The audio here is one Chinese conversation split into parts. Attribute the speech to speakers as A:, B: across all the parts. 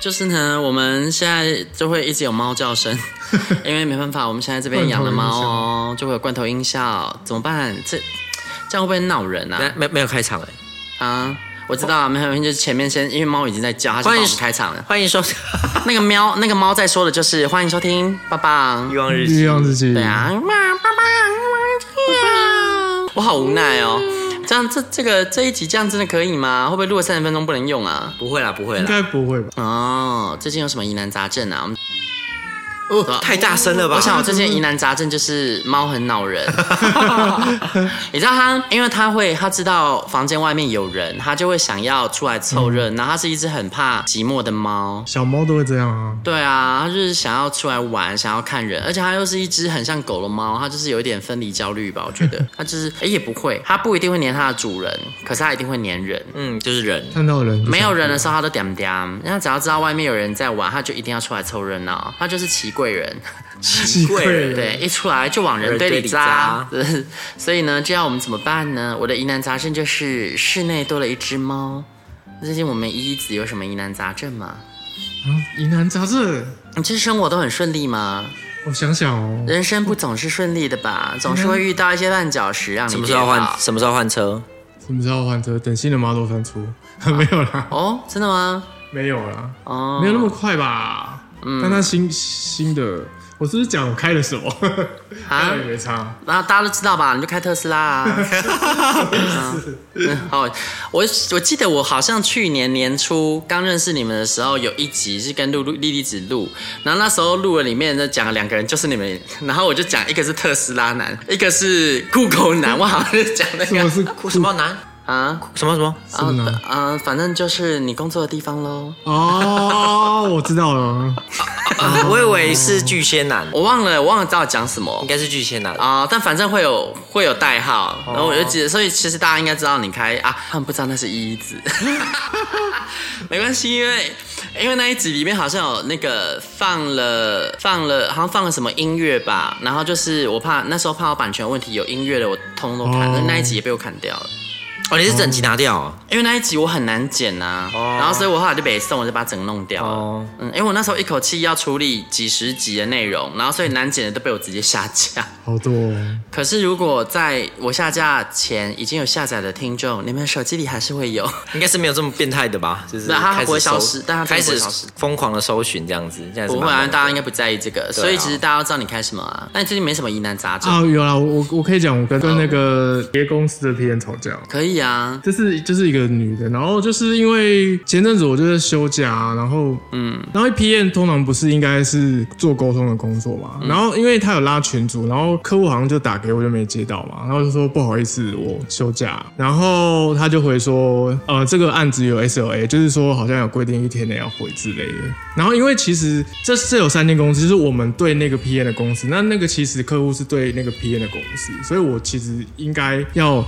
A: 就是呢，我们现在就会一直有猫叫 声，因为没办法，我们现在这边养了猫哦，就会有罐头音效，怎么办？这这样会不会闹人
B: 没
A: 啊？
B: 没没有开场哎、
A: 啊，我知道啊，没有，就是前面先，因为猫已经在叫，它就帮我们开场了。
B: 欢迎收听
A: 那个喵，那个猫在说的就是欢迎收听，棒棒
B: 欲。望日
C: 欲
B: 记，
C: 望日记，
A: 对啊，妈爸爸，我我好无奈哦。这样这这个这一集这样真的可以吗？会不会录了三十分钟不能用啊？
B: 不会啦，不会
C: 应
B: 啦，
C: 该不会吧？
A: 哦，最近有什么疑难杂症啊？我们
B: 哦，太大声了吧？
A: 我想我最近疑难杂症就是猫很恼人，你知道它，因为它会它知道房间外面有人，它就会想要出来凑热闹。它是一只很怕寂寞的猫，
C: 小猫都会这样啊，
A: 对啊，它就是想要出来玩，想要看人，而且它又是一只很像狗的猫，它就是有一点分离焦虑吧，我觉 得它就是，哎、也不会，它不一定会黏它的主人，可是它一定会黏人。
B: 嗯，就是人，
C: 看到人就想
A: 没有人的时候，它都点点，那只要知道外面有人在玩，它就一定要出来凑热闹，它就是奇贵人。
C: 奇怪
B: 人
A: 对，一出来就往人堆里扎。所以呢，这样我们怎么办呢？我的疑难杂症就是室内多了一只猫。最近我们一子有什么疑难杂症吗？
C: 啊，疑难杂症。
A: 你这生活都很顺利吗？
C: 我想想哦，
A: 人生不总是顺利的吧，总是会遇到一些绊脚石，让你
B: 什么
A: 跌
B: 时候
A: 倒
B: 换？。什么时候换车？
C: 什么时候换车？等新的 model 三出， 没有啦，
A: 哦，真的吗？
C: 没有啦，
A: 啊哦，嗯
C: 没有那么快吧？但它新新的，我是不是讲我开了什么？
A: 啊
C: 当然也没差，
A: 然啊后大家都知道吧，你就开特斯拉啊。 嗯，好，我我记得我好像去年年初刚认识你们的时候，有一集是跟露露莉莉子录，然后那时候录了里面就讲了两个人就是你们，然后我就讲一个是特斯拉男，一个是酷狗男，我好像是讲那
C: 我
A: 个
C: 是
B: 什么男？
A: 啊。
B: 什么什么？
C: 什么呢？
A: 嗯、反正就是你工作的地方喽。
C: 哦，我知道了，
B: 啊 我以为是巨蟹男，
A: 我忘了，我忘了知道讲什么
B: 应。该是巨蟹男。
A: 啊、但反正会有会有代号，然后我
B: 哦
A: 就记得，所以其实大家应该知道你开啊，他们不知道那是一一子， 没关系，因为因为那一集里面好像有那个放了放了，好像放了什么音乐吧，然后就是我怕那时候怕有版权问题，有音乐的我通通砍，
C: 哦
A: 那一集也被我砍掉了。
B: 哦，你是整集拿掉哦？
A: 因为那一集我很难剪啊，
B: 哦
A: 然后所以我后来就北送，我就把它整个弄掉了。
B: 哦
A: 嗯，因为我那时候一口气要处理几十集的内容，然后所以难剪的都被我直接下架。
C: 好多哦
A: 可是如果在我下架前已经有下载的听众，你们手机里还是会有。
B: 应该是没有这么变态的吧？就是
A: 那它
B: 开始
A: 不会消
B: 搜
A: 失但它真
B: 开
A: 的不会
B: 始
A: 消失
B: 疯狂的搜寻这样子，现在是
A: 不会
B: 慢
A: 啊，
B: 慢的
A: 大家应该不在意这个，所以其实大家都知道你开什么啊。那你最近没什么疑难杂症？
C: 啊！有啦，我我我可以讲，我跟跟那个别公司的 P N 吵架。
A: 可以啊，
C: 就是就是一个女的，然后就是因为前阵子我就在休假，然后嗯，然后 PM 通常不是应该是做沟通的工作嘛，然后因为他有拉群组，然后客户好像就打给我，就没接到嘛，然后就说不好意思，我休假，然后他就回说，呃，这个案子有 SLA，就是说好像有规定一天内要回之类的，然后因为其实这这有三间公司，就是我们对那个 PM 的公司，那那个其实客户是对那个 PM 的公司，所以我其实应该要。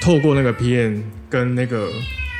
C: 透过那个 PM 跟那个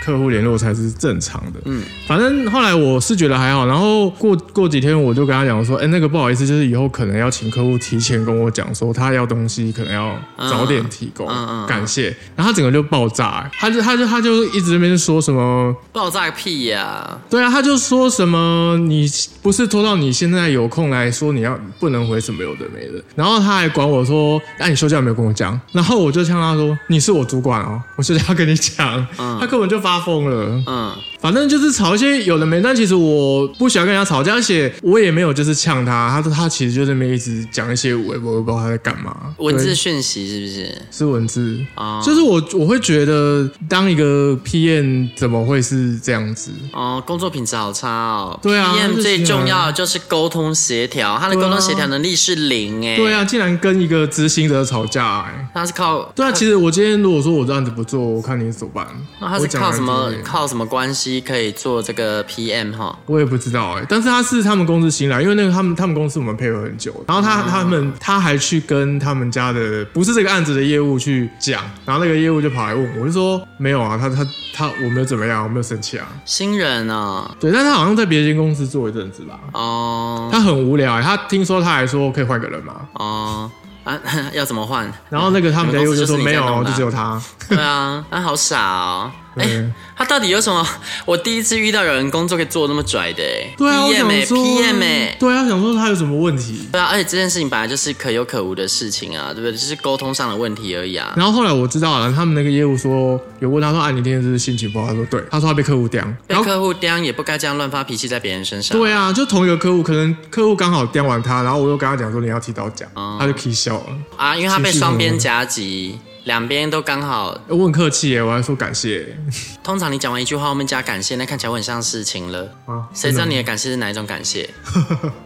C: 客户联络才是正常的。嗯，反正后来我是觉得还好，然后过过几天我就跟他讲说，哎、那个不好意思，就是以后可能要请客户提前跟我讲说他要东西，可能要早点提供，感谢。然后他整个就爆炸、欸他就他就他就一直在那边说什么
A: 爆炸个屁呀、
C: 对啊，他就说什么你不是拖到你现在有空来说你要不能回什么有的没的，然后他还管我说，那、你休假有没有跟我讲？然后我就呛他说，你是我主管哦，我休假要跟你讲，他根本就发疯了。
A: 嗯，
C: 反正就是吵一些有的没，但其实我不喜欢跟人家吵架，而且我也没有就是呛他，他他其实就是没一直讲一些微博，我也不知道他在干嘛。
A: 文字
C: 对
A: 讯息是不是？
C: 是文字，
A: 哦
C: 就是我我会觉得当一个 PM 怎么会是这样子？
A: 哦，工作品质好差哦。
C: 对啊
A: ，PM
C: 就是
A: 最重要的就是沟通协调，他的沟
C: 对啊
A: 通协调能力是零哎。
C: 对，啊，竟然跟一个执行者吵架、哎。
A: 他是靠
C: 对啊，其实我今天如果说我这样子不做，我看你怎么办？
A: 那 他是
C: 我讲
A: 靠什
C: 难听
A: 么
C: 一点
A: 靠什么关系可以做这个 PM 哈？
C: 我也不知道哎、但是他是他们公司新来，因为那个他们他们公司我们配合很久，然后他、他
A: 嗯
C: 们他还去跟他们家的不是这个案子的业务去讲，然后那个业务就跑来问我，我就说没有啊，他他他我没有怎么样，我没有生气啊，
A: 新人啊，
C: 对，但他好像在别间公司做一阵子吧，
A: 哦
C: 他很无聊、欸，他听说他还说可以换个人嘛，
A: 哦啊， 要怎么换？
C: 然后那个他们的业务就说
A: 你
C: 没
A: 们公司就是你在弄
C: 有啊，
A: 的啊
C: 就只有他，
A: 对啊，他好傻哦。哎、
C: 对
A: 他到底有什么？我第一次遇到有人工作可以做那么拽的、哎
C: 对啊，我想
A: ，PM 哎、
C: 说
A: p m 哎、
C: 对啊，我想说他有什么问题，
A: 对啊，而且这件事情本来就是可有可无的事情啊，对不对？就是沟通上的问题而已啊。
C: 然后后来我知道了，他们那个业务说有问他说啊，你今天是不是心情不好？他说对，他说他被客户刁，
A: 被
C: 然后。
A: 客户刁也不该这样乱发脾气在别人身上。
C: 对啊，就同一个客户，可能客户刚好刁完他，然后我又跟他讲说你要提早讲，
A: 哦
C: 他就 k 笑了。
A: 啊，因为他被
C: 情绪
A: 双
C: 很
A: 边
C: 稳
A: 夹击，
C: 嗯
A: 两边都刚好。
C: 我很客气耶，我还说感谢耶
A: 嗯通常你讲完一句话后面加感谢，那看起来会很像事情了。
C: 啊。
A: 谁知道
C: 真
A: 你
C: 的
A: 的感谢是哪一种感 谢？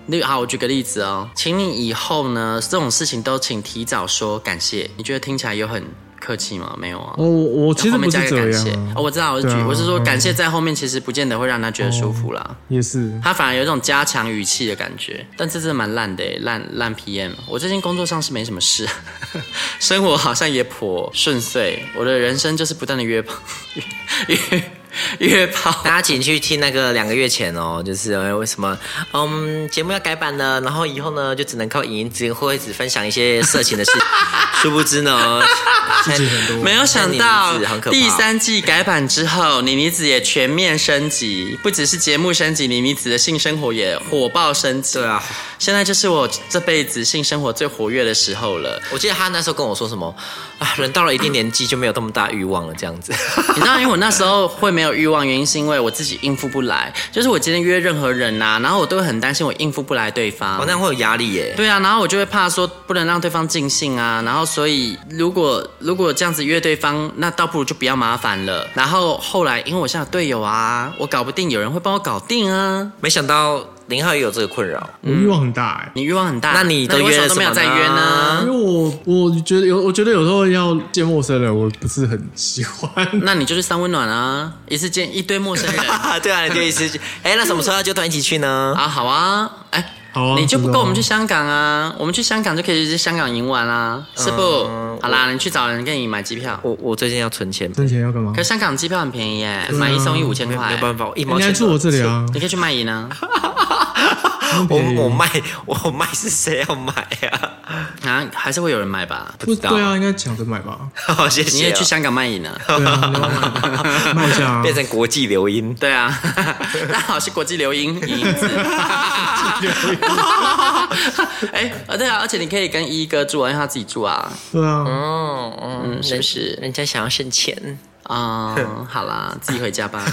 A: 例如，好，我举个例子哦，请你以后呢，这种事情都请提早说感谢。你觉得听起来有很客气吗？没有啊。
C: 哦？我我其
A: 然后
C: 实
A: 后面
C: 不
A: 加
C: 是
A: 一个感
C: 这
A: 谢
C: 样啊、
A: 哦，我知道，我是举，
C: 对啊哦
A: 我是说
C: 嗯
A: 感谢在后面，其实不见得会让他觉得舒服啦，
C: 也是。
A: 他反而有一种加强语气的感觉。但这真的蛮烂的耶，烂烂 PM。我最近工作上是没什么事， 生活好像也颇顺遂，我的人生就是不断的约炮， 约约约炮。
B: 大家请去听那个两个月前哦，就是呃为什么嗯节目要改版了，然后以后呢就只能靠影音只会只分享一些色情的 事，殊不知呢，哎现在
A: 没有想到
B: 现在你的名字很可怕
A: 第三季改版之后，妮妮子也全面升级，不只是节目升级，妮妮子的性生活也火爆升级。
B: 对啊，
A: 现在就是我这辈子性生活最活跃的时候 了。
B: 我记得他那时候跟我说什么啊，人到了一定年纪就没有那么大欲望了，这样 子。
A: 你知道，因为我那时候会没有欲望，原因是因为我自己应付不来。就是我今天约任何人呐、然后我都会很担心我应付不来对方。
B: 哦，那样会有压力耶。
A: 对啊，然后我就会怕说不能让对方尽兴啊，然后所以如果如果这样子约对方，那倒不如就不要麻烦了。然后后来因为我现在有队友啊，我搞不定，有人会帮我搞定啊。
B: 没想到林浩也有这个困扰，
C: 我欲望很大哎、
A: 嗯你欲望很大，
B: 那你都
A: 为什
B: 约
A: 么
B: 了
A: 都没有
B: 什
A: 再
B: 么呢
A: 约呢
C: 因为？我我觉得有，我觉得有时候要见陌生人，我不是很喜欢。
A: 那你就去三温暖啊，一次见一堆陌生 人
B: 啊，对啊，你就一 次去。哎，那什么时候要揪团一起去呢？
A: 啊，好啊，哎。
C: 好啊
A: 你就不
C: 知
A: 够，
C: 道
A: 我们去香港啊！我们去香港就可以去香港赢玩啦、是不？
B: 嗯
A: 好啦，你去找人给你买机票。
B: 我我最近要存钱，
C: 挣钱要干嘛
A: 可？香港机票很便宜耶，买一送一五千
B: 没
A: 块
B: 嗯没。办法，我一毛
C: 应该
B: 钱都
C: 住我这里啊。
A: 你可以去卖淫啊！
B: 我我卖我卖是谁要买啊？
A: 啊，还是会有人买吧？
C: 不
B: 知道
C: 对啊，应该抢着买吧。
B: 好，谢
A: 你
B: 谢
A: 也
B: 哦。
A: 去香港卖淫呢？
C: 对啊，你要 买卖一下啊。
B: 变成国际流音，
A: 对啊， 大家好，是国际流 音影子。 哎，啊对啊，而且你可以跟一哥住啊，因为他自己住啊。
C: 对啊，
B: 哦，嗯，
A: 是不是？
B: 人家想要省钱，
A: 啊、好啦，自己回家吧。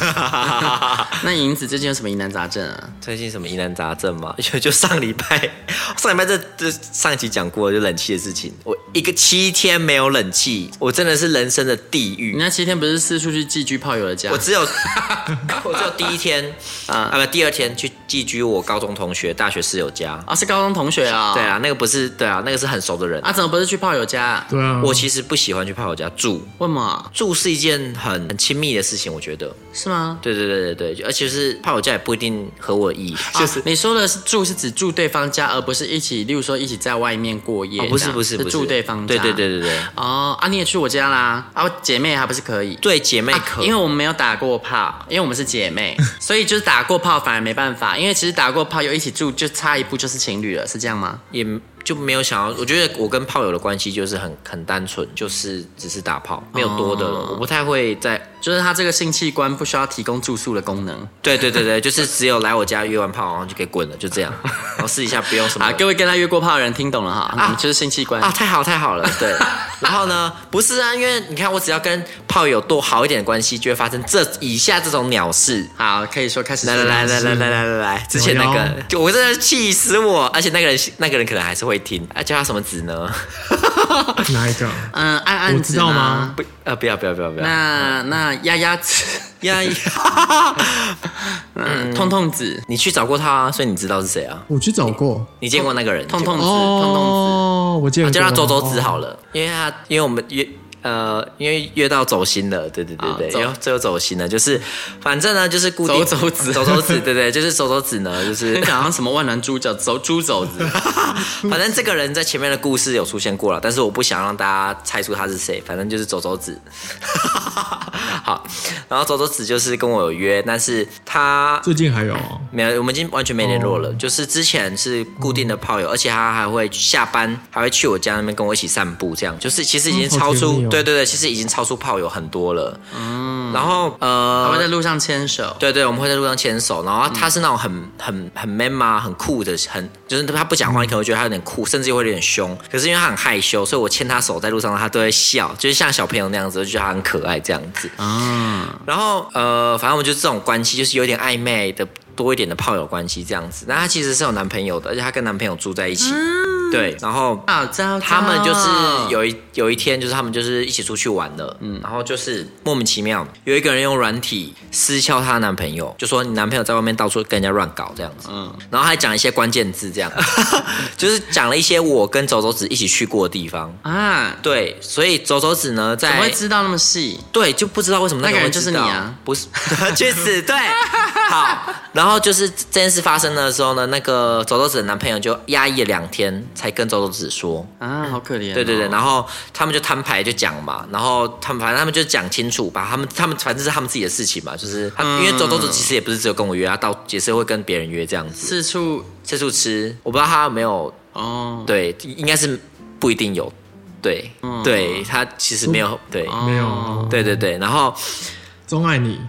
A: 那银子最近有什么疑难杂症啊？
B: 最近什么疑难杂症嘛？就就上礼拜，上礼拜这这上一集讲过，就冷气的事情。我一个七天没有冷气，我真的是人生的地
A: 你
B: 狱。
A: 那七天不是四处去寄居炮友的家
B: 我？只有 我只有第一天啊，不，第二天去寄居我高中同学、大学室友家。
A: 啊，是高中同学啊、
B: 对，啊，那个不是对啊，那个是很熟的人。
A: 啊，怎么不是去炮友家、
C: 对啊。
B: 我其实不喜欢去泡友家住，
A: 为什么？
B: 住是一件很很亲密的事情，我觉得。
A: 是吗？
B: 对对对对对，而且是泡友家也不一定合我意，
A: 啊
B: 就是。
A: 你说的是住是指住对方家，而不是一起，例如说一起在外面过夜
B: 哦
A: 这样、
B: 不是不是不是
A: 住对方家。
B: 对对对对对，
A: 哦，啊，你也去我家啦？啊，我姐妹还不是可以？
B: 对姐妹
A: 啊
B: 可、
A: 因为我们没有打过炮，因为我们是姐妹， 所以就是打过炮反而没办法，因为其实打过炮又一起住，就差一步就是情侣了，是这样吗？
B: 也就没有想要，我觉得我
A: 哦
B: 跟炮友的关系就是很很单纯，就是只是打炮，没有多的了。我不太会在
A: 就是他这个性器官不需要提供住宿的功能
B: 对对 对对，就是只有来我家约完炮，然后就给滚了，就这样。然后试一下不用什么
A: 啊！各位跟他约过炮的人听懂了哈，你们就是性器官
B: 啊，太好太好了，对。然后呢，不是啊，因为你看我只要跟炮友多好一点的关系，就会发生这以下这种鸟事。
A: 好，可以说开始
B: 来来来来来来来来来，之前那个，就我真的气死我，而且那个人那个人可能还是会听，啊，叫他什么子呢？
C: 哪一个？
A: 嗯，按按
C: 我知道吗？
B: 不啊，不要不要不要不要，
A: 那
B: 嗯
A: 那丫丫子，
B: 呀，
A: 嗯，痛痛子，
B: 你去找过他、啊，所以你知道是谁啊？
C: 我去找过
B: 你见过那个人？
A: 痛痛子，痛痛
C: 哦，我见
B: 啊
C: 过，
B: 叫他走走子
C: 哦
B: 好了，因为他因为我们约呃，因为约到走心了，对对对对，
A: 走
B: 然后最后啊走心了，就是反正呢就是固定
A: 走走 子
B: 走走子，对对，就是走走子呢，就
A: 子，
B: 是
A: 你讲像什么万能猪脚走猪肘 子，
C: 嗯
B: 反正这个人在前面的故事有出现过了，但是我不想让大家猜出他是谁，反正就是走走子。 好，然后走走子就是跟我有约，但是他
C: 最近还有哦，
B: 没有，我们已经完全没联络
C: 哦
B: 了。就是之前是固定的炮友，而且他还会下班，还会去我家那边跟我一起散步，这样就是其实已经
C: 嗯好
B: 超出
C: 甜，蜜哦
B: 对对对，其实已经超出炮友很多了。嗯，然后
A: 他们
B: 呃，
A: 在路上牵手，
B: 对对，我们会在路上牵手，然后他是那种很、很很 man 嘛，很酷的，很就是他不讲话，你可能会觉得他有点酷，甚至会有点凶。可是因为他很害羞，所以我牵他手在路上，他都会笑，就是像小朋友那样子，我就觉得他很可爱这样子。
A: 嗯，
B: 然后呃，反正我们就是这种关系，就是有点暧昧的多一点的炮友关系这样子。那她其实是有男朋友的，而且她跟男朋友住在一起。对，然后
A: 好啊糟糕，
B: 他们
A: 啊
B: 就是有一有一天，就是他们就是一起出去玩了，嗯，然后就是莫名其妙有一个人用软体私敲她男朋友，就说你男朋友在外面到处跟人家乱搞这样子，嗯，然后还讲一些关键字 这样，就是讲了一些我跟走走子一起去过的地方。
A: 啊，
B: 对，所以走走子呢，
A: 怎
B: 在
A: 么会知道那么细？
B: 对，就不知道为什么那
A: 那个
B: 个
A: 人
B: 人
A: 就是你啊，
B: 不是， 去死！ 对，好，然后就是这件事发生的时候呢，那个走走子的男朋友就压抑了两天，才跟走走子说，
A: 啊，好可怜、
B: 对对
C: 哦
B: 对，，然后他们就摊牌就讲嘛，然后他们反正他们就讲清楚吧，他们他们反正是他们自己的事情嘛，就是他、因为走走子其实也不是只有跟我约，他啊到也是会跟别人约这样子，
A: 四处
B: 四处吃，我不知道他有没有
A: 哦，
B: 对，应该是不一定有，对，对他其实没有对。
C: 没有嗯哦，
B: 对对对，然后
C: 钟爱你，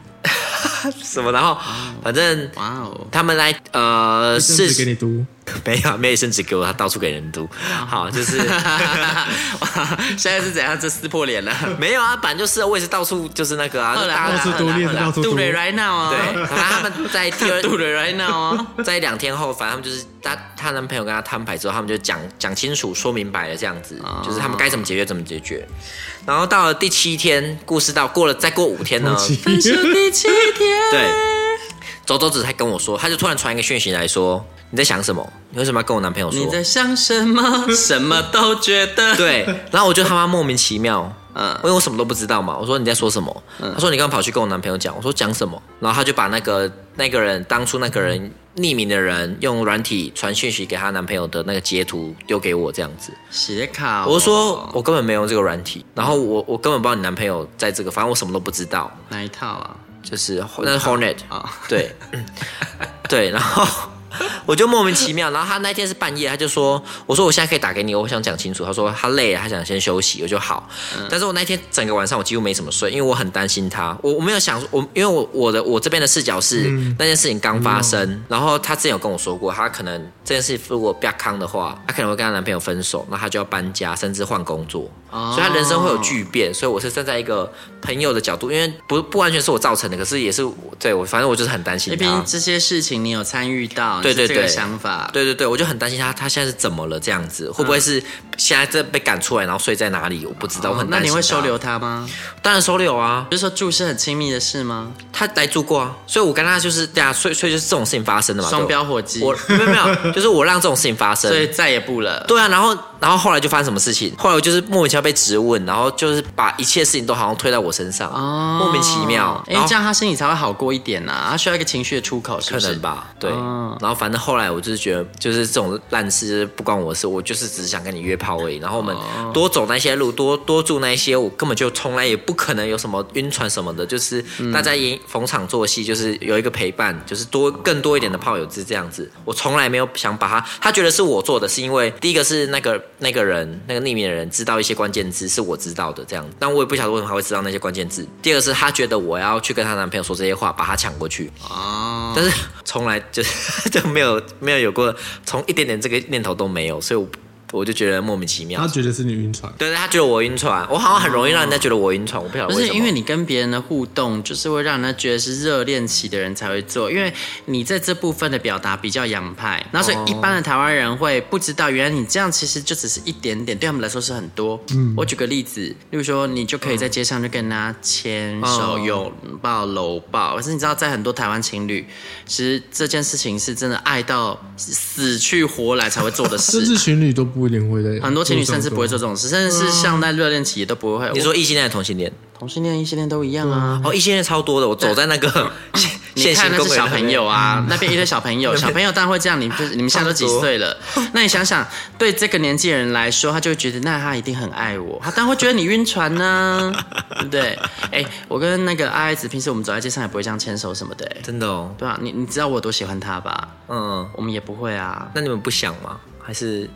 B: 什么，然后
C: 嗯
B: 反正
A: 哇哦，
B: 他们来呃
C: 甚
B: 是
C: 至给你哦读，
B: 没有没有生纸给我，他到处给人读。好，就 是
A: 哇现在是怎样？这撕破 脸了。
B: 没有啊，反正就是我也是到处就是那个啊，
A: 二
B: 就
A: 啦
B: 大
C: 到
B: 家
C: 处
A: 二
C: 独
A: 啦
C: 立
A: 二啦
C: 到处
A: 杜
C: 独
A: 蕾 right now 啊，
B: 对，然后他们在 第 二
A: 杜蕾 right now 啊，
B: 在两天后，反正他们就是她她男朋友跟她摊牌之后，他们就讲讲清楚、说明白了这样子，
A: 哦
B: 就是他们该怎么解决怎么解决。然后到了第七天，故事到过了，再过五天呢，
C: 七
A: 分 手第七天，
B: 对，周周子才跟我说，他就突然传一个讯息来说：“你在想什么？你为什么要跟我男朋友说？”
A: 你在想什 么？什么都觉得，
B: 对，然后我就他妈莫名其妙，
A: 嗯
B: 嗯，因为我什么都不知道嘛。我说你在说什么？他说你刚刚跑去跟我男朋友讲。我说讲什么？然后他就把那个那个人当初那个人匿名的人用软体传讯息给她男朋友的那个截图丢给我，这样子。
A: 写卡哦，
B: 我就说我根本没用这个软体，然后我我根本不知道你男朋友在这个，反正我什么都不知道，
A: 哪一套啊？
B: 就是那是 Hornet，
A: 啊，
B: 对，嗯对，然后我就莫名其妙。然后他那天是半夜，他就说：“我说我现在可以打给你，我想讲清楚。”他说他累了，他想先休息。我就好。但是我那天整个晚上我几乎没怎么睡，因为我很担心他。我我没有想我，因为我我的我这边的视角是、那件事情刚发生，然后他之前有跟我说过，他可能这件事如果不要康的话，他可能会跟她男朋友分手，那他就要搬家，甚至换工作。
A: 哦
B: 所以他人生会有巨变，所以我是站在一个朋友的角度，因为不不完全是我造成的，可是也是我对我，反正我就是很担心
A: 那
B: 他
A: 边。这些事情你有参与到，
B: 对对
A: 你是这个
B: 对
A: 想法，
B: 对对对，我就很担心他，他现在是怎么了？这样子会不会是现在这被赶出来，然后睡在哪里？我不知道，
A: 哦，
B: 我很
A: 那
B: 担心。
A: 你会收留？他吗？
B: 当然收留啊，
A: 不是说住是很亲密的事吗？
B: 他来住过啊，所以我跟他就是对啊，所以所以就是这种事情发生的嘛。
A: 双
B: 对吧
A: 标火鸡，
B: 我 没有没有，就是我让这种事情发生
A: 所。以再也不了。
B: 对啊，然后然后后来就发生什么事情？后来我就是莫名其妙被质问，然后就是把一切事情都好像推到我身上，
A: 哦
B: 莫名其妙。
A: 因
B: 然
A: 为
B: 后
A: 这样他心里才会好过一点呐、他需要一个情绪的出口，是
B: 可
A: 不是
B: 能？吧，对。
A: 嗯
B: 然后反正后来我就是觉得，就是这种烂事就是不关我的事，我就是只是想跟你约炮而已。然后我们
A: 哦
B: 多走那些路，多多住那些，我根本就从来也不可能有什么晕船什么的。就是
A: 嗯
B: 大家也逢场作戏，就是有一个陪伴，就是多更多一点的炮友是这样子。我从来没有想把他，他觉得是我做的，是因为第一个是那个。那个人那个匿名的人知道一些关键字是我知道的这样，但我也不晓得为什么他会知道那些关键字。第二个是她觉得我要去跟她男朋友说这些话，把她抢过去，
A: 哦，
B: 但是从来就是 就没有没有有过从一点点这个念头都没有，所以我我就觉得莫名其妙
C: 他。觉得是你晕船，
B: 对对，他觉得我晕船，我好像很容易让人家觉得我晕船，我不晓
A: 不
B: 啊得为
A: 是
B: 什么。
A: 因为你跟别人的互动，就是会让人家觉得是热恋期的人才会做，因为你在这部分的表达比较洋派，那
B: 哦
A: 所以一般的台湾人会不知道，原来你这样其实就只是一点点，对他们来说是很多。嗯，我举个例子，例如说你就可以在街上就跟他牵手、
B: 嗯
A: 拥抱、搂抱，可是你知道，在很多台湾情侣，其实这件事情是真的爱到死去活来才会做的
C: 甚
A: 事。
C: 至情侣都不一定会在，
A: 很多情侣甚至不会做这种事，甚至是像在热恋期也都不会。
B: 你说异性恋还是同性恋？
A: 同性恋、异性恋都一样啊。
B: 哦，异性恋超多的，我走在那个
A: 嗯 你
B: 现
A: 看
B: 行
A: 那
B: 公
A: 是
B: 园
A: 小
B: 那边
A: 朋友啊，那边一堆小朋友，小朋友当然会这样。你就是你们现在都几岁了？那你想想，对这个年纪的人来说，他就会觉得，那他一定很爱我，他当然会觉得你晕船呢、对不对？哎、我跟那个阿爱子平时我们走在街上也不会这样牵手什么的、哎
B: 真的哦，
A: 对啊，你你知道我有多喜欢他吧？
B: 嗯，
A: 我们也不会啊，
B: 那你们不想吗？还是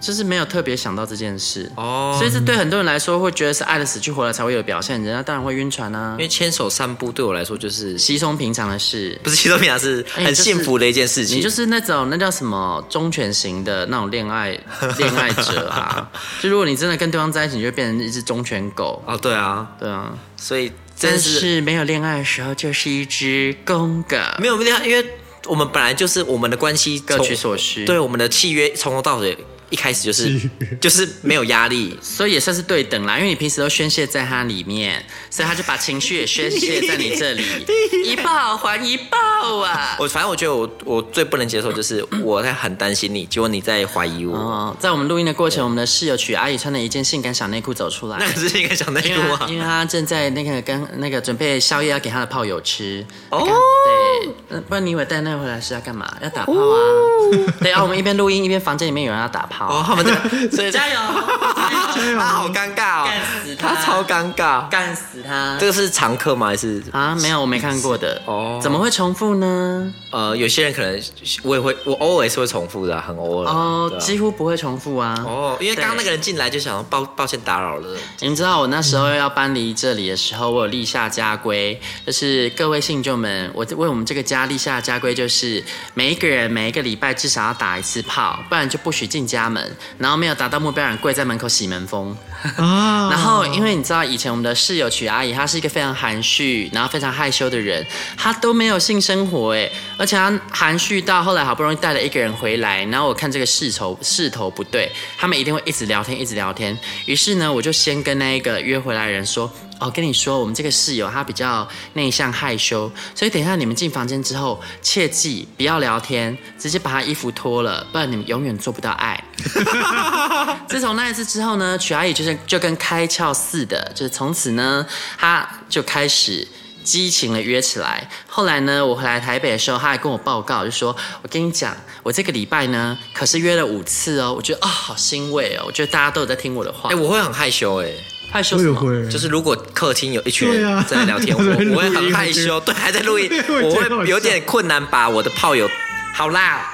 A: 就是没有特别想到这件事。
B: 哦
A: 所以这对很多人来说，会觉得是爱的死去活来才会有表现，人家当然会晕船啊
B: 因，为牵手散步对我来说就是
A: 稀松平常的事。
B: 不是其中平常是
A: 哎
B: 很幸福的一件事情，
A: 你就是那种那叫什么忠犬型的那种恋爱恋爱者 啊，就如果你真的跟对方在一起，你就会变成一只忠犬狗。
B: 哦，对啊，
A: 对啊，
B: 所以真
A: 但
B: 是
A: 是没有恋爱的时候就是一只公狗，
B: 没有没有，因为我们本来就是我们的关系
A: 各取
B: 从
A: 所需。
B: 对，我们的契约从头到尾一开始就是就是没有压力，
A: 所以也算是对等啦，因为你平时都宣泄在它里 面，所以它就把情绪也宣泄在你这里，一报还一报啊。
B: 我反正我觉得我我最不能接受就是我在很担心你，结果你在怀疑我，
A: 哦，在我们录音的过程，我们的室友曲阿姨穿了一件性感小内裤走出来
B: 那。可是应该想 内
A: 因为
B: 裤
A: 他
B: 啊
A: 因，为他正在那个跟那个准备宵夜要给他的炮友吃。
B: 哦
A: 对，呃不然你以为带那回来是要干嘛？要打炮啊？ 对啊，我们一边录音一边房间里面有人要打炮。
B: 哦哦，他们这个所 以
A: 加 油！加油
B: 他好尴尬哦
A: 干死，他
B: 他超尴尬。
A: 干死他！
B: 这个是常客吗？还是
A: 啊，没有，我没看过的。
B: 哦
A: 哦，怎么会重复呢？
B: 呃，有些人可能我也会，我偶尔是会重复的啊，很偶尔。
A: 哦
B: 对，啊
A: 几乎不会重复啊。
B: 哦，因为刚刚那个人进来就想要抱抱歉打扰了，
A: 你们知道我那时候要搬离这里的时候，我有立下家规，就是各位信众们，我为我们这个家立下的家规就是，每一个人每一个礼拜至少要打一次炮，不然就不许进家门。然后没有达到目标的人跪在门口洗门风。
C: 啊，
A: 然后因为你知道以前我们的室友曲阿姨，她是一个非常含蓄，然后非常害羞的人，她都没有性生活哎，而且她含蓄到后来好不容易带了一个人回来，然后我看这个势头势头不对，他们一定会一直聊天一直聊天，于是呢我就先跟那一个约回来的人说。哦，跟你说，我们这个室友她比较内向害羞，所以等一下你们进房间之后，切记不要聊天，直接把她衣服脱了，不然你们永远做不到爱。自从那一次之后呢，曲阿姨就是就跟开窍似的，就是从此呢，她就开始。激情的约起来，后来呢，我回来台北的时候，她还跟我报告，就说：“我跟你讲，我这个礼拜呢，可是约了五次哦。”我觉得啊、好欣慰哦，我觉得大家都有在听我的话
B: 哎，。我会很害羞哎，
A: 害羞
C: 我
A: 什
C: 也
A: 么？
C: 会，
B: 就是如果客厅有一群
C: 嗯对
B: 人
C: 啊
B: 在聊 天，我
C: 有人录音
B: 我会很 害羞，对，还在录音，
C: 我
B: 我
C: 觉得好
B: 会有点困难把我的炮友，好啦，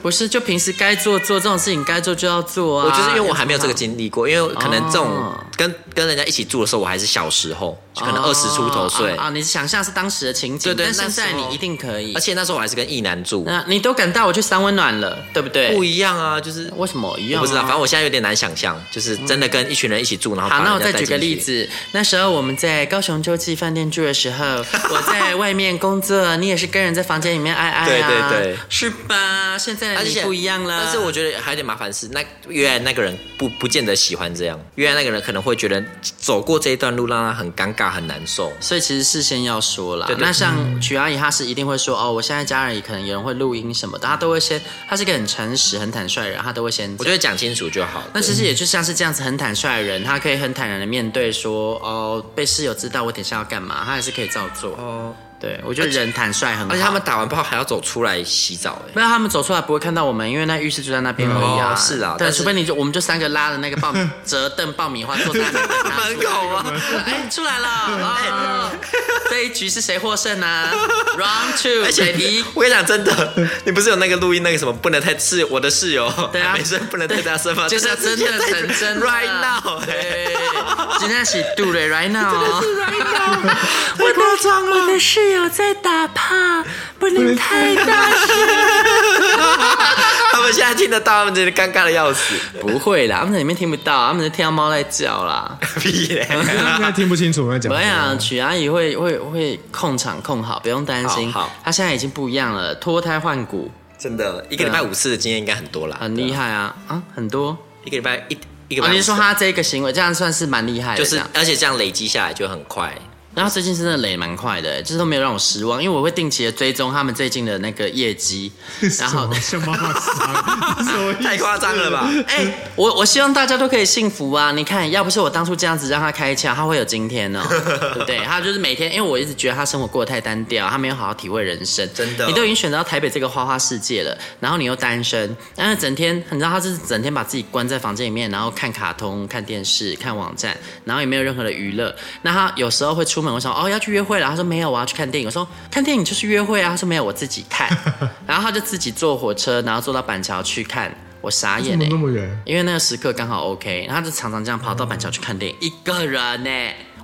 A: 不是，就平时该做做这种事情，该做就要做啊。
B: 我就是因为我还没有这个
A: 要
B: 经历过，因为可能这种
A: 哦
B: 跟跟人家一起住的时候，我还是小时候，就
A: 干
B: 可
A: 嘛
B: 能二十出头岁
A: 啊，啊啊你想象是当时的情景，
B: 对对
A: 但现
B: 那
A: 在
B: 时候
A: 你一定可以。
B: 而且那时候我还是跟异男住，
A: 那你都敢带我去三温暖了，对不对？
B: 不一样啊，就是
A: 为什么一
B: 我
A: 样、啊？
B: 不知道，反正我现在有点难想象，就是真的跟一群人一起住，然后把
A: 好，那我
B: 人
A: 再
B: 家带
A: 举个
B: 进去
A: 例，子。那时候我们在高雄洲际饭店住的时 候，我在外面工作，你也是跟人在房间里面爱爱啊，
B: 对对对
A: 是吧？现在的
B: 而
A: 你
B: 且
A: 不一样了。
B: 但是我觉得还有点麻烦是，那原来那个人不不见得喜欢这样，原来那个人可能会觉得走过这一段路让他很尴尬很难受。
A: 所以其实事先要说啦，
B: 对对
A: 那像曲阿姨，她是一定会说哦，我现在家里可能有人会录音什么的，她都会先，她是一个很诚实、很坦率的人，她都会先讲。
B: 我觉得讲清楚就好。
A: 那其实也就像是这样子很坦率的人，他可以很坦然的面对说，哦，被室友知道我等一下要干嘛，他还是可以照做。
B: 哦，
A: 对，我觉得人坦率很好，
B: 而且他们打完炮还要走出来洗澡、欸，
A: 没有他们走出来不会看到我们，因为那浴室就在那边而已啊。
B: 哦是啊
A: 对，
B: 但是
A: 除非你就我们就三个拉着那个 爆米折凳爆米花坐在 那边等他出来
B: 门口啊，
A: 哎，出来了啊！哦这一局是谁获胜呢？Round two，
B: 而
A: 谁
B: 且
A: 赢？
B: 我跟你讲，真的，你不是有那个录音那个什么不能太是我的室友，哎
A: 对啊
B: 没事不能太大声 吗？
A: 就是要真的成真的
B: right now，哎、
A: 对，今天是 do 的 right now，
B: 太夸张了。
A: 的室友在打炮，不能太大声。
B: 他们现在听得到，他们真的尴尬的要 死，
A: 不会啦，他们在里面听不到，他们是听到猫在叫啦。
B: 屁 嘞！
C: 应该听不清楚我在讲
A: 我
C: 什
A: 跟你
C: 么。
B: 啊
A: 讲，曲阿姨会会会控场控好，不用担心。
B: 好好
A: 她现在已经不一样了，脱胎换骨，
B: 真的，一个礼拜五次的经验应该很多啦，
A: 很厉害啊啊，很多。
B: 一个礼拜一一个
A: 哦，
B: 礼拜五次。
A: 你是说她这个行为，这样算是蛮厉害的，
B: 就
A: 这
B: 是
A: 样，
B: 而且这样累积下来就很快。
A: 然后最近真的累蛮快的，就是都没有让我失望，因为我会定期的追踪他们最近的那个业 绩，然后
C: 什么像妈妈杀，什么意思
B: 太夸张了吧？
A: 哎、我我希望大家都可以幸福啊！你看，要不是我当初这样子让他开窍，他会有今 天哦，对不对？他就是每天，因为我一直觉得他生活过得太单调，他没有好好体会人生。
B: 真的
A: 你都已经选到台北这个花花世界了，然后你又单身，但是整天，你知道他就是整天把自己关在房间里面，然后看卡通、看电视、看网站，然后也没有任何的娱乐。那他有时候会出门，我想哦要去约会了，他说没有，我要去看电影。我说看电影就是约会啊，他说没有，我自己 看。然后他就自己坐火车，然后坐到板桥去看。我傻
C: 怎
A: 眼
C: 么
A: 哎、
C: 那么远？
A: 因为那个时刻刚好 OK，然后他就常常这样跑到板桥去看电影，一个人呢、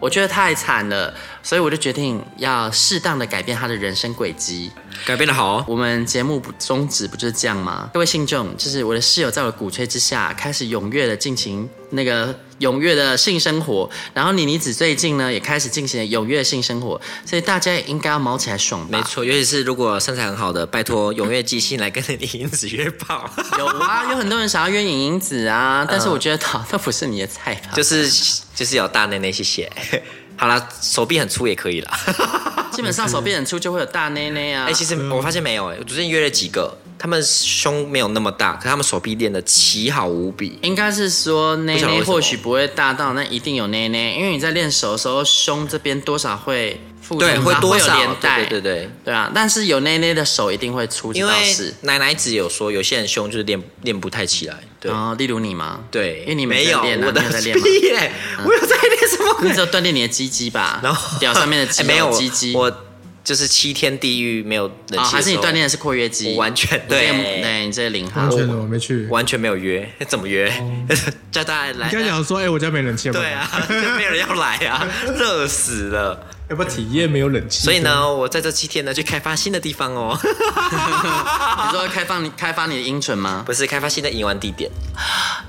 A: 我觉得太惨了，所以我就决定要适当的改变他的人生轨迹。
B: 改变的好哦，
A: 我们节目不宗旨不就是这样吗？各位信众，就是我的室友在我的鼓吹之下，开始踊跃的进行那个踊跃的性生活，然后妮妮子最近呢也开始进行了踊跃性生活，所以大家也应该要毛起来爽吧？
B: 没错，尤其是如果身材很好的，拜托踊跃寄信来跟李英子约炮，
A: 有啊，有很多人想要约影影子啊，但是我觉得 好那不是你的菜吧？
B: 嗯就是就是有大内内，谢谢。 好啦，手臂很粗也可以啦。
A: 基本
B: 嗯
A: 上手臂很粗就会有大内内啊。
B: 哎、其实我发现没有、哎，我最近约了几个，他们胸没有那么大，可他们手臂练得奇好无比。
A: 应该是说内
B: 不晓得为
A: 内
B: 什么
A: 或许不会大到，那一定有内内，因为你在练手的时候，胸这边多少会附
B: 对，
A: 着嘛
B: 会多少？
A: 有连带，
B: 对对对
A: 对啊。但是有内内的手一定会粗，
B: 对，
A: 这
B: 因为
A: 倒是。
B: 奶奶子有说，有些人胸就是练练不太起来。对、
A: 然后，啊例如你吗？
B: 对，
A: 因为你没
B: 没有
A: 练啊，
B: 我的
A: 你有在 练吗？
B: 屁嘞，我有在练什么鬼
A: 你只有锻炼你的鸡鸡吧，
B: 然后
A: 屌上面的肌 肉、
B: 哎没有
A: 鸡鸡。
B: 我我就是七天地狱没有人气的
A: 哦，还是你
B: 时候
A: 锻炼的是括约肌？
B: 我完全
A: 你这个
B: 对
A: 对你这个零号
C: 完。全的我啊没去。
B: 完全没有约，怎么约？ 叫大家来
C: 哦
B: 啊
C: 你。刚讲说，哎，我家没冷气。
B: 对，啊，就没有人要来啊，热死了。
C: 要不要体验没有冷气？
B: 所以，呢，我在这七天呢，去开发新的地方哦，
A: 你说开放你开发你的阴唇吗？
B: 不是开发新的营玩地点。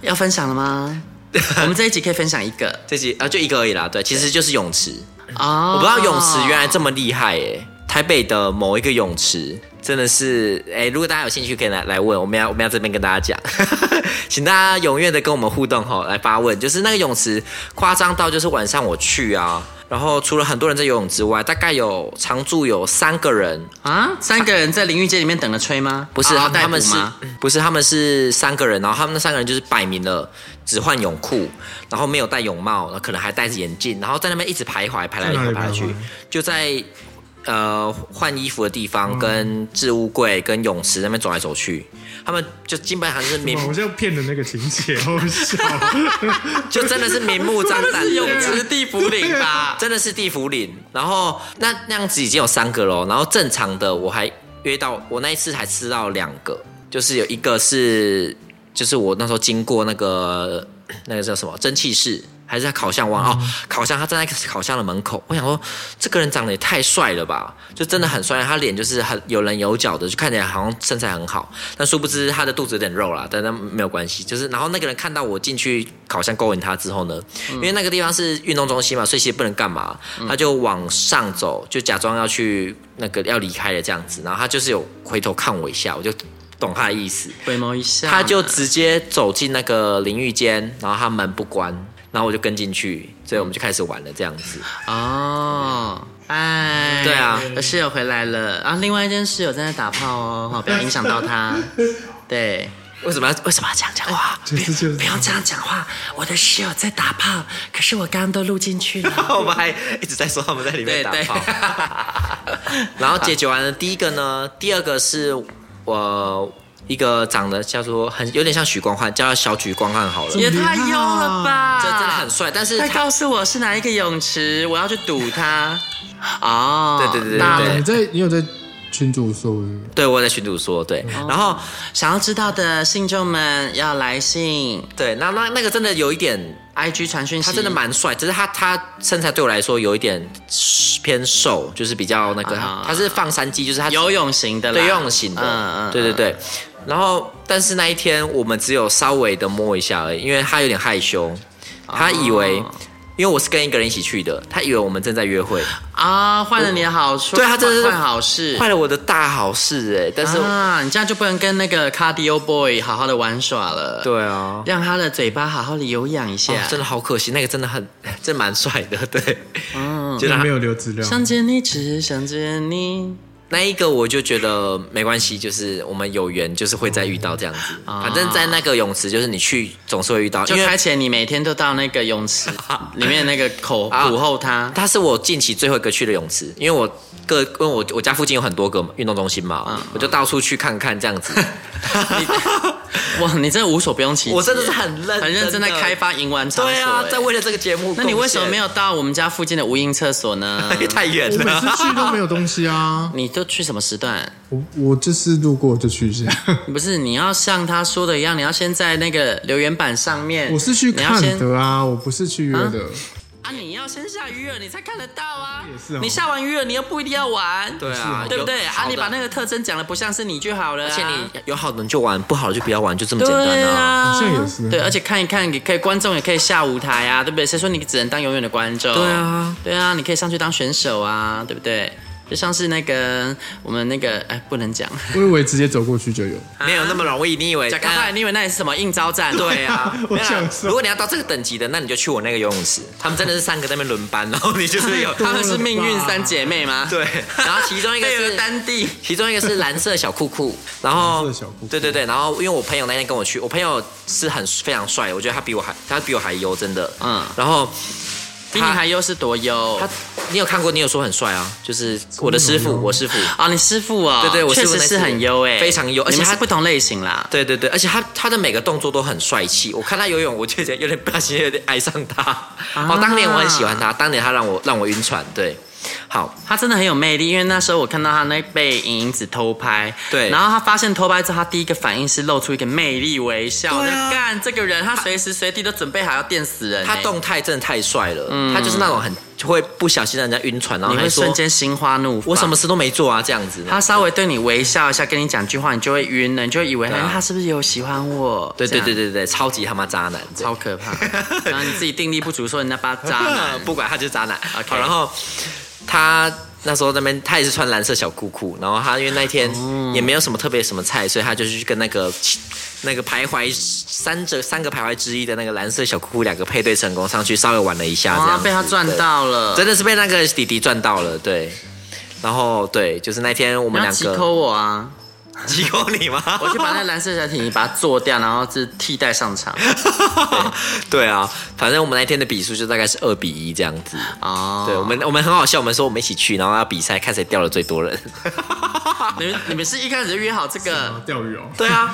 A: 要分享了 吗？我们这一集可以分享一个
B: 这集啊，就一个而已啦。对，其实就是泳池。
A: 啊，
B: 我不知道泳池原来这么厉害耶！台北的某一个泳池真的是，哎、如果大家有兴趣可以来来问，我们要我们要这边跟大家讲， 请大家踊跃的跟我们互动哈，来发问。就是那个泳池夸张到，就是晚上我去啊，然后除了很多人在游泳之外，大概有常住有三个人，
A: 啊，三个人在淋浴间里面等着吹吗？
B: 不是、
A: 嗷嗷待
B: 他们
A: 哺
B: 是
A: 啊吗？
B: 不是他们是三个人，然后他们那三个人就是摆明了只换泳裤，然后没有戴泳帽，然后可能还戴着眼镜，然后在那边一直徘徊，徘来
C: 在哪
B: 徘
C: 里
B: 来去
C: 徘徊，
B: 就在呃换衣服的地方、跟置物柜、跟泳池那边走来走去，他们就基本上是明
C: 哇，我像骗的那个情节，好 笑。
B: 就真的是明目张胆
A: 是泳 池地府岭吧？
B: 真的是地府岭。然后那那样子已经有三个喽，然后正常的我还约到，我那一次还吃到两个，就是有一个是，就是我那时候经过那个 那个叫什么蒸汽室。还是在烤箱忘了哦，
A: 嗯
B: 烤箱他站在烤箱的门口，我想说这个人长得也太帅了吧，就真的很帅，他脸就是很有棱有角的，就看起来好像身材很好，但殊不知他的肚子有点肉啦，但那没有关系，就是然后那个人看到我进去烤箱勾引他之后呢，因为那个地方是运动中心嘛，所以其实不能干嘛，他就往上走，就假装要去那个要离开了这样子，然后他就是有回头看我一下，我就懂他的意思，
A: 回眸一笑，
B: 他就直接走进那个淋浴间，然后他门不关，然后我就跟进去，所以我们就开始玩了这样子。
A: 哦。哎，
B: 对啊
A: 我室友回来了，然后另外一间室友在那打炮哦，哈，不要影响到 他。对，
B: 为什么要为什么要这样讲话？
C: 就是就是
A: 不要这样讲话，我的室友在打 炮，可是我刚刚都录进去了。
B: 我们还一直在说他们在里面
A: 对
B: 打
A: 对
B: 炮， 然后解决完了第一个呢，第二个是我呃一个长得叫做很有点像许光汉，叫他小许光汉好了。
A: 也太优了吧！
B: 这真的很帅，但是
A: 他
B: 他
A: 告诉我是哪一个泳池，我要去赌他。哦，
B: 对对对对
A: 那
B: 对
C: 你在你有在群主说是不是
B: 对我有在群主说对，
A: 哦
B: 然后
A: 想要知道的信众们要来信
B: 对，那那那个真的有一点
A: ，IG 传讯息。
B: 他真的蛮帅，只是他他身材对我来说有一点偏瘦，就是比较那个，
A: 啊
B: 他是放山鸡，就是他
A: 游泳型的啦，嗯
B: 对游泳型的，对对对。然后，但是那一天我们只有稍微的摸一下而已，因为他有点害羞，
A: 哦
B: 他以为，因为我是跟一个人一起去的，他以为我们正在约会，
A: 啊，坏了你的好处，
B: 对他真的是
A: 坏好事，
B: 坏了我的大好事哎、但是、
A: 啊，你这样就不能跟那个 Cardio Boy 好好的玩耍了，，
B: 对啊。
A: 让他的嘴巴好好的有氧一下
B: 哦。，真的好可惜，那个真的很， 真蛮帅的，对，嗯，就
C: 你
B: 他
C: 没有留资料，
A: 想见你，只想见你。
B: 那一个我就觉得没关系，就是我们有缘，就是会再遇到这样子。反正，在那个泳池，就是你去总是会遇到，
A: 啊就
B: 因
A: 开
B: 为
A: 前你每天都到那个泳 池里面那个口
B: 啊
A: 补后 他，
B: 它是我近期最后一个去的泳池，因为我各因为我我家附近有很多个运动中心嘛，我就到处去看看这样 子。啊
A: 哇，你真的无所不用其极，
B: 我真的是很认真的
A: 很认真在开发淫玩场所。
B: 对啊，
A: 欸
B: 在为了这个节目贡
A: 那
B: 献，？
A: 你为什么没有到我们家附近的无印厕所呢，
B: 哎因为 太远
C: 我每
B: 了。
C: 次去都没有东西啊
A: 你都去什么时段？
C: 我我就是路过就去一 下，
A: 不是，你要像他说的一样，你要先在那个留言板上面。
C: 我是去看
A: 你要先
C: 的啊，我不是去约的。
A: 啊，你要先下鱼饵，你才看得到啊。
C: 也是哦
A: 你下完鱼饵，你又不一定要玩。
B: 对啊
A: 对不对？
B: 有
A: 啊
B: 好，的
A: 你把那个特征讲的不像是你就好了、啊。
B: 而且你有好的就玩，不好的就不要玩，就这么简单
A: 对
B: 啊。
A: 啊，
C: 好像也是哦
A: 对，而且看一看，也可以观众也可以下舞台啊，对不对？谁说你只能当永远的观众？
B: 对啊，
A: 对啊，你可以上去当选手啊，对不对？就像是那个我们那个哎，不能 讲。
B: 啊
C: 我以为直接走过去就有，
B: 没有那么容易，你以为？啊
A: 贾卡派，你以为那里是什么应招战？
B: 对啊，
C: 我
B: 没有啦
C: 想说
B: 如果你要到这个等级的，那你就去我那个游泳池，他们真的是三个在那边轮班，然后你就是 有
A: 她们是命运三姐妹吗？
B: 对，啊然后其中 一个
A: 贝尔
B: 是
A: 丹蒂。
B: 其中一个是蓝色小裤 裤，然后
C: 蓝色小裤裤
B: 对对对，然后因为我朋友那天跟我去，我朋友是很非常帅，我觉得他比我还他比我还优，真的，
A: 嗯
B: 嗯，然后
A: 比你还优是多优
B: 他你有看过，你有说很帅啊，就是我的师傅，我师傅，
A: 啊！你师傅哦，
B: 对对我
A: 确
B: 师傅
A: 实
B: 那
A: 是
B: 次
A: 很优哎，
B: 非常优而
A: 你
B: 且
A: 们是
B: 他
A: 不同类型啦。
B: 对对对，而且他他的每个动作都很帅气，我看他游泳，我就觉得有点不小心有点爱上他，
C: 啊
B: 哦，当年我很喜欢他，当年他让我让我晕船，对，好，
A: 他真的很有魅力，因为那时候我看到他那被影影子偷拍，
B: 对
A: 然后他发现偷拍之后，他第一个反应是露出一个魅力微笑，
B: 对啊
A: 我就干这个人，他随时随地都准备好要电死人、
B: 他
A: 欸，
B: 动态真的太帅了，他就是那种很会不小心让人家晕船，然后
A: 嗯你
B: 还
A: 会
B: 说
A: 瞬间心花怒放。
B: 我什么？事都没做啊这样子，
A: 他稍微对你微笑一下，跟你讲句话，你就会晕了，你就会以为、
B: 对啊
A: 哎他是不是有喜欢我？
B: 对对对
A: 对，
B: 对对，超级他妈渣男，
A: 超可怕。 然后你自己定力不足，说人家巴渣
B: 男
A: 男，，
B: 不管他就是渣男。
A: OK
B: 好，然后他那时候那边他也是穿蓝色小裤裤，然后他因为那天也没有什么特别什么菜，所以他就去跟那个那个徘徊三者三个徘徊之一的那个蓝色小裤裤两个配对成功，上去稍微玩了一下，这
A: 哇
B: 样，子
A: 啊被他赚，到了
B: 啊对，真的是被那个弟弟赚到了，对。然后对，就是那天我
A: 你
B: 们
A: 要
B: 两
A: 急
B: 个
A: 抠我啊！
B: 急扣你吗？
A: 我去把那蓝色小体你把它做掉，然后是替代上场。
B: 对啊，反正我们那天的比数就大概是二比一这样子。
A: 哦，
B: 对我们，我们很好笑。我们说我们一起去，然后要比赛，看谁掉了最多人。
A: 你们你们是一开始就约好这个？
C: 钓鱼哦。
B: 对啊，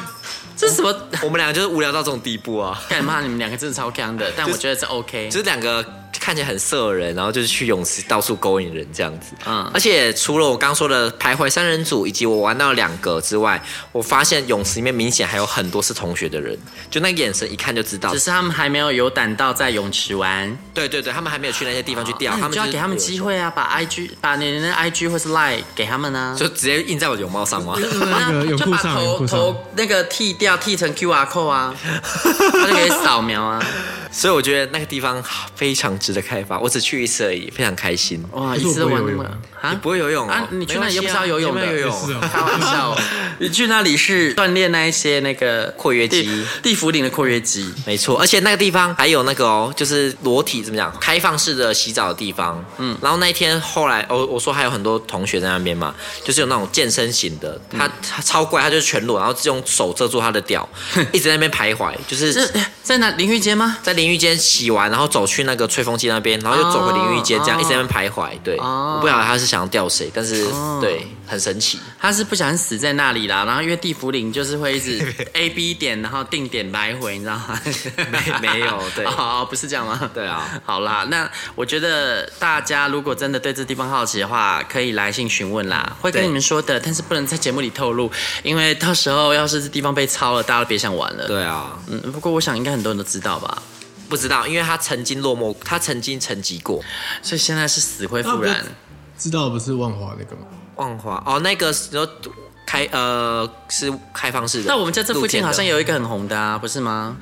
A: 这是什么？
B: 我们两个就是无聊到这种地步啊，
A: 干嘛？你们两个真的超强的，但我觉得这 OK
B: 就。是两个看起来很色的人，然后就是去泳池到处勾引人这样子。
A: 嗯
B: 嗯，而且除了我刚说的徘徊三人组，以及我玩到两个之外，我发现泳池里面明显还有很多是同学的人，就那个眼神一看就知道
A: 只。是他们还没有有胆到在泳池玩，哦
B: 对对对，他们还没有去那些地方去钓，
A: 那啊
B: 他
A: 你
B: 们
A: 就要
B: 是
A: 给他们机。会啊！把 IG 把你的 IG 或是 Line 给他们啊，
B: 就直接印在我泳帽上 吗？
C: 那个泳
A: 就
C: 裤
A: 把
C: 上，泳
A: 头
C: 裤上
A: 头，那个剃掉，剃成 QR code 啊，他就可以扫描啊。
B: 所以我觉得那个地方非常值得开发。我只去一次而已，非常开心。
A: 哇，
C: 可
A: 一
C: 是我
A: 次都
C: 不会
A: 玩
C: 游
A: 那
C: 泳
A: 么
C: 啊
A: 啊
B: 你不会游泳哦
A: 啊？你去那里又不
B: 没关系啊
A: 是要游泳的，
B: 你没有游泳
C: 是哦
A: 开玩笑哦，你去那里是锻炼那一些那个
B: 括约肌
A: 地地府岭的括约肌。
B: 没错，而且那个地方还有那个哦，就是裸体怎么讲，开放式的洗澡的地方。嗯，然后那一天后来，哦，我说还有很多同学在那边嘛，就是有那种健身型的，
A: 嗯
B: 他他超怪，他就是全裸，然后就用手遮住他的屌，一直在那边徘徊，就是
A: 这在哪淋浴间吗？
B: 在淋浴间洗完，然后走去那个吹风机那边，然后又走回淋浴间，这样
A: 哦
B: 一直在那边徘徊。对，
A: 哦
B: 我不晓得他是想要钓谁，但是
A: 哦
B: 对，很神奇。
A: 他是不小心死在那里啦，然后因为地府灵就是会一直 A B 点，然后定点来回，你知道吗？
B: 没没 有对
A: 哦哦，不是这样吗？
B: 对啊，
A: 好啦，那我觉得大家如果真的对这地方好奇的话，可以来信询问啦，会跟
B: 对
A: 你们说的，但是不能在节目里透露，因为到时候要是这地方被抄了，大家都别想玩了。，
B: 对啊，
A: 嗯，不过我想应该很多人都知道吧，
B: 不知道，因为他曾经落寞，他曾经沉寂过。
A: 所以现在是死灰复
C: 那
A: 燃
C: 不。知道不是万华那个吗？
B: 万华哦，那个时候开呃是开放式的。
A: 那我们家这附近好像
B: 有
A: 有一个很红的啊，不是吗？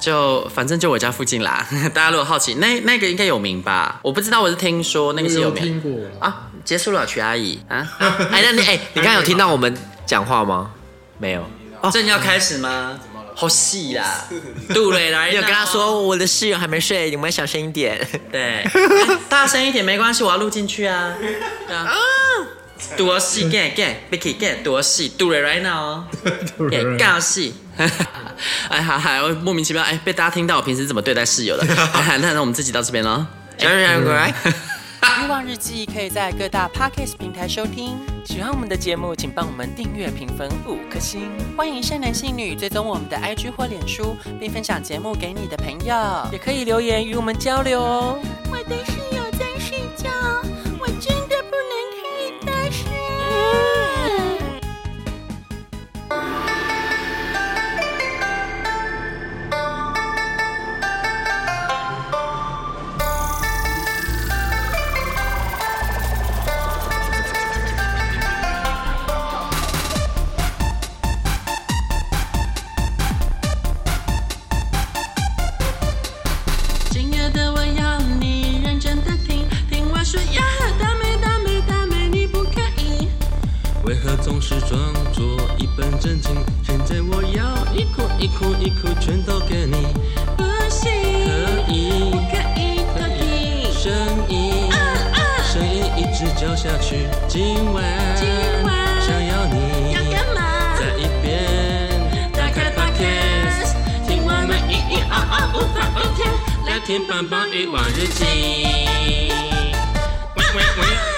A: 就反正就我家附近啦， 大家如果好奇，那那个应该有名吧？我不知道，我是听说那个是有
C: 有
A: 名
C: 听过啊？
A: 啊。结束了，曲阿姨啊，
B: 哎，那你哎，你刚刚有听到我们讲话吗？没有。
A: 正要开始吗？哦好细啦，杜蕾来，
B: 你有跟他说我的室友还没睡，你们小声一点。
A: 对，哎大声一点没关系，我要录进去啊。对啊，多细 get get Vicky get 多细，杜蕾 right now 哦。也尬戏。 哎，好好，我莫名其妙哎，被大家听到我平时怎么对待室友的。好，那那我们自己到这边喽。
B: 小声乖，
D: 欲望日记可以在各大 podcast 平台收听。喜欢我们的节目，请帮我们订阅、评分五颗星。欢迎善男信女追踪我们的 IG 或脸书，并分享节目给你的朋友，也可以留言与我们交流哦。
E: 我的室友在睡觉，我真的不能开大声。今夜的我要你认真的听，听我说呀，大美大美大美，你不可以。
F: 为何总是装作一本正经？现在我要一哭一哭一哭，全都给你。
E: 不行，
F: 可以
E: 不可以，可以。
F: 声音，声音一直叫下去。今晚，
E: 今晚
F: 想要你
E: 要干嘛？
F: 再一遍。
E: 打开 podcast，听我们咿咿哦哦无法无天，来
F: 来
E: 听
F: 听
E: 棒
F: 棒
E: 棒
F: 棒
E: 欲
F: 欲
E: 望
F: 望
E: 日
F: 日
E: 记
F: 记。
E: 喂喂喂。